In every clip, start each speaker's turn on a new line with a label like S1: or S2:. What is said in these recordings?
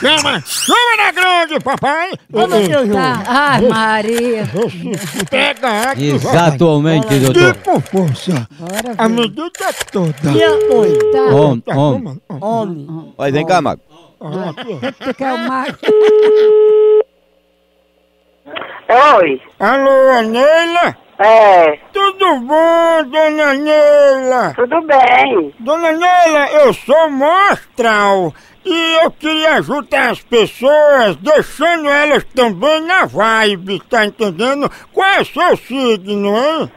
S1: Chama! Chama na grande, papai!
S2: Vamos, meu João.
S3: Tá. Ai, Maria.
S1: Você pega aqui,
S4: Exatamente, doutor.
S1: Tipo força,
S3: Bora
S1: a
S3: ver.
S1: medida toda.
S2: Minha mãe,
S3: Tá.
S4: Homem,
S1: Tá,
S4: homem.
S1: toma, ó,
S2: homem.
S5: Mas vem cá, Mago.
S1: ó, aqui, ó.
S3: Tu quer o Marco?
S6: Oi,
S1: Alô, Neila?
S6: é,
S1: Tudo bom, dona Neila?
S6: tudo bem.
S1: Dona Neila, eu sou mostral e eu queria ajudar as pessoas, deixando elas também na vibe, tá entendendo? Qual é o seu signo, hein?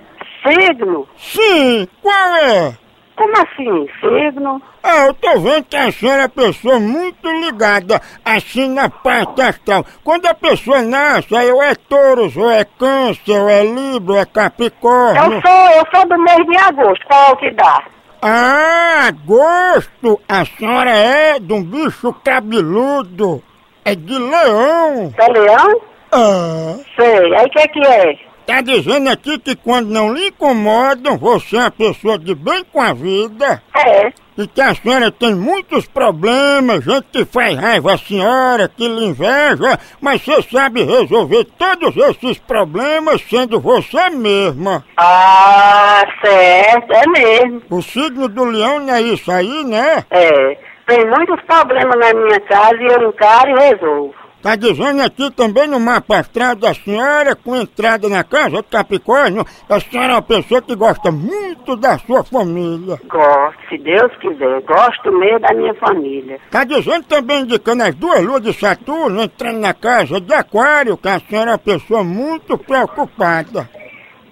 S6: Signo?
S1: Sim, qual é?
S6: Como assim, signo?
S1: Ah, eu tô vendo que a senhora é uma pessoa muito ligada, assim na parte astral. Quando a pessoa nasce, aí ou é touros, ou é câncer, ou é libra, ou é
S6: Eu
S1: capricórnio.
S6: sou, eu sou do mês de agosto, qual é o que dá?
S1: Ah, gosto! A senhora é de um bicho cabeludo. É de leão.
S6: É leão?
S1: Ah,
S6: Sei, aí o que é que é?
S1: tá dizendo aqui que quando não lhe incomodam, você é uma pessoa de bem com a vida.
S6: É,
S1: E que a senhora tem muitos problemas, gente que faz raiva a senhora, que lhe inveja, mas você sabe resolver todos esses problemas sendo você mesma.
S6: ah, certo, é mesmo,
S1: O signo do leão não é isso aí, né?
S6: é. Tem muitos problemas na minha casa e eu encaro e resolvo.
S1: Tá dizendo aqui também no mapa astral da senhora, com entrada na casa do Capricórnio, a senhora é uma pessoa que gosta muito da sua família.
S6: Gosto, se Deus quiser, gosto mesmo da minha família.
S1: Tá dizendo também, indicando as duas luas de Saturno, entrando na casa de Aquário, que a senhora é uma pessoa muito preocupada.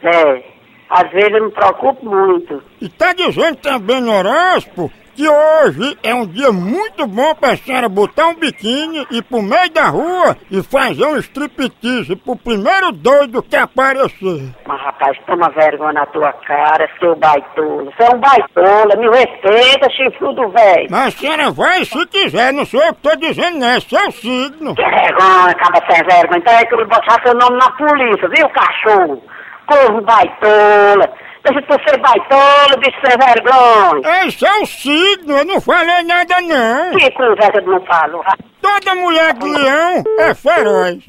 S6: É, às vezes eu me preocupo muito.
S1: E tá dizendo também no horóscopo que hoje é um dia muito bom pra senhora botar um biquíni, ir pro meio da rua e fazer um striptease pro primeiro doido que aparecer.
S6: Mas rapaz, toma vergonha na tua cara, seu baitola. Você é um baitola, me respeita, chifrudo velho.
S1: Mas a senhora vai se quiser, não sou eu que tô dizendo, não, é seu signo.
S6: Que vergonha, acaba sem vergonha. Então é que eu vou botar seu nome na polícia, viu, cachorro? Corvo baitola. Deixa de ser baitola, bicho sem vergonha.
S1: É seu signo, eu não falei nada não.
S6: Que conversa do não falo, rapaz.
S1: Toda mulher de leão é feroz.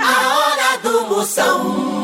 S7: A hora do Moção.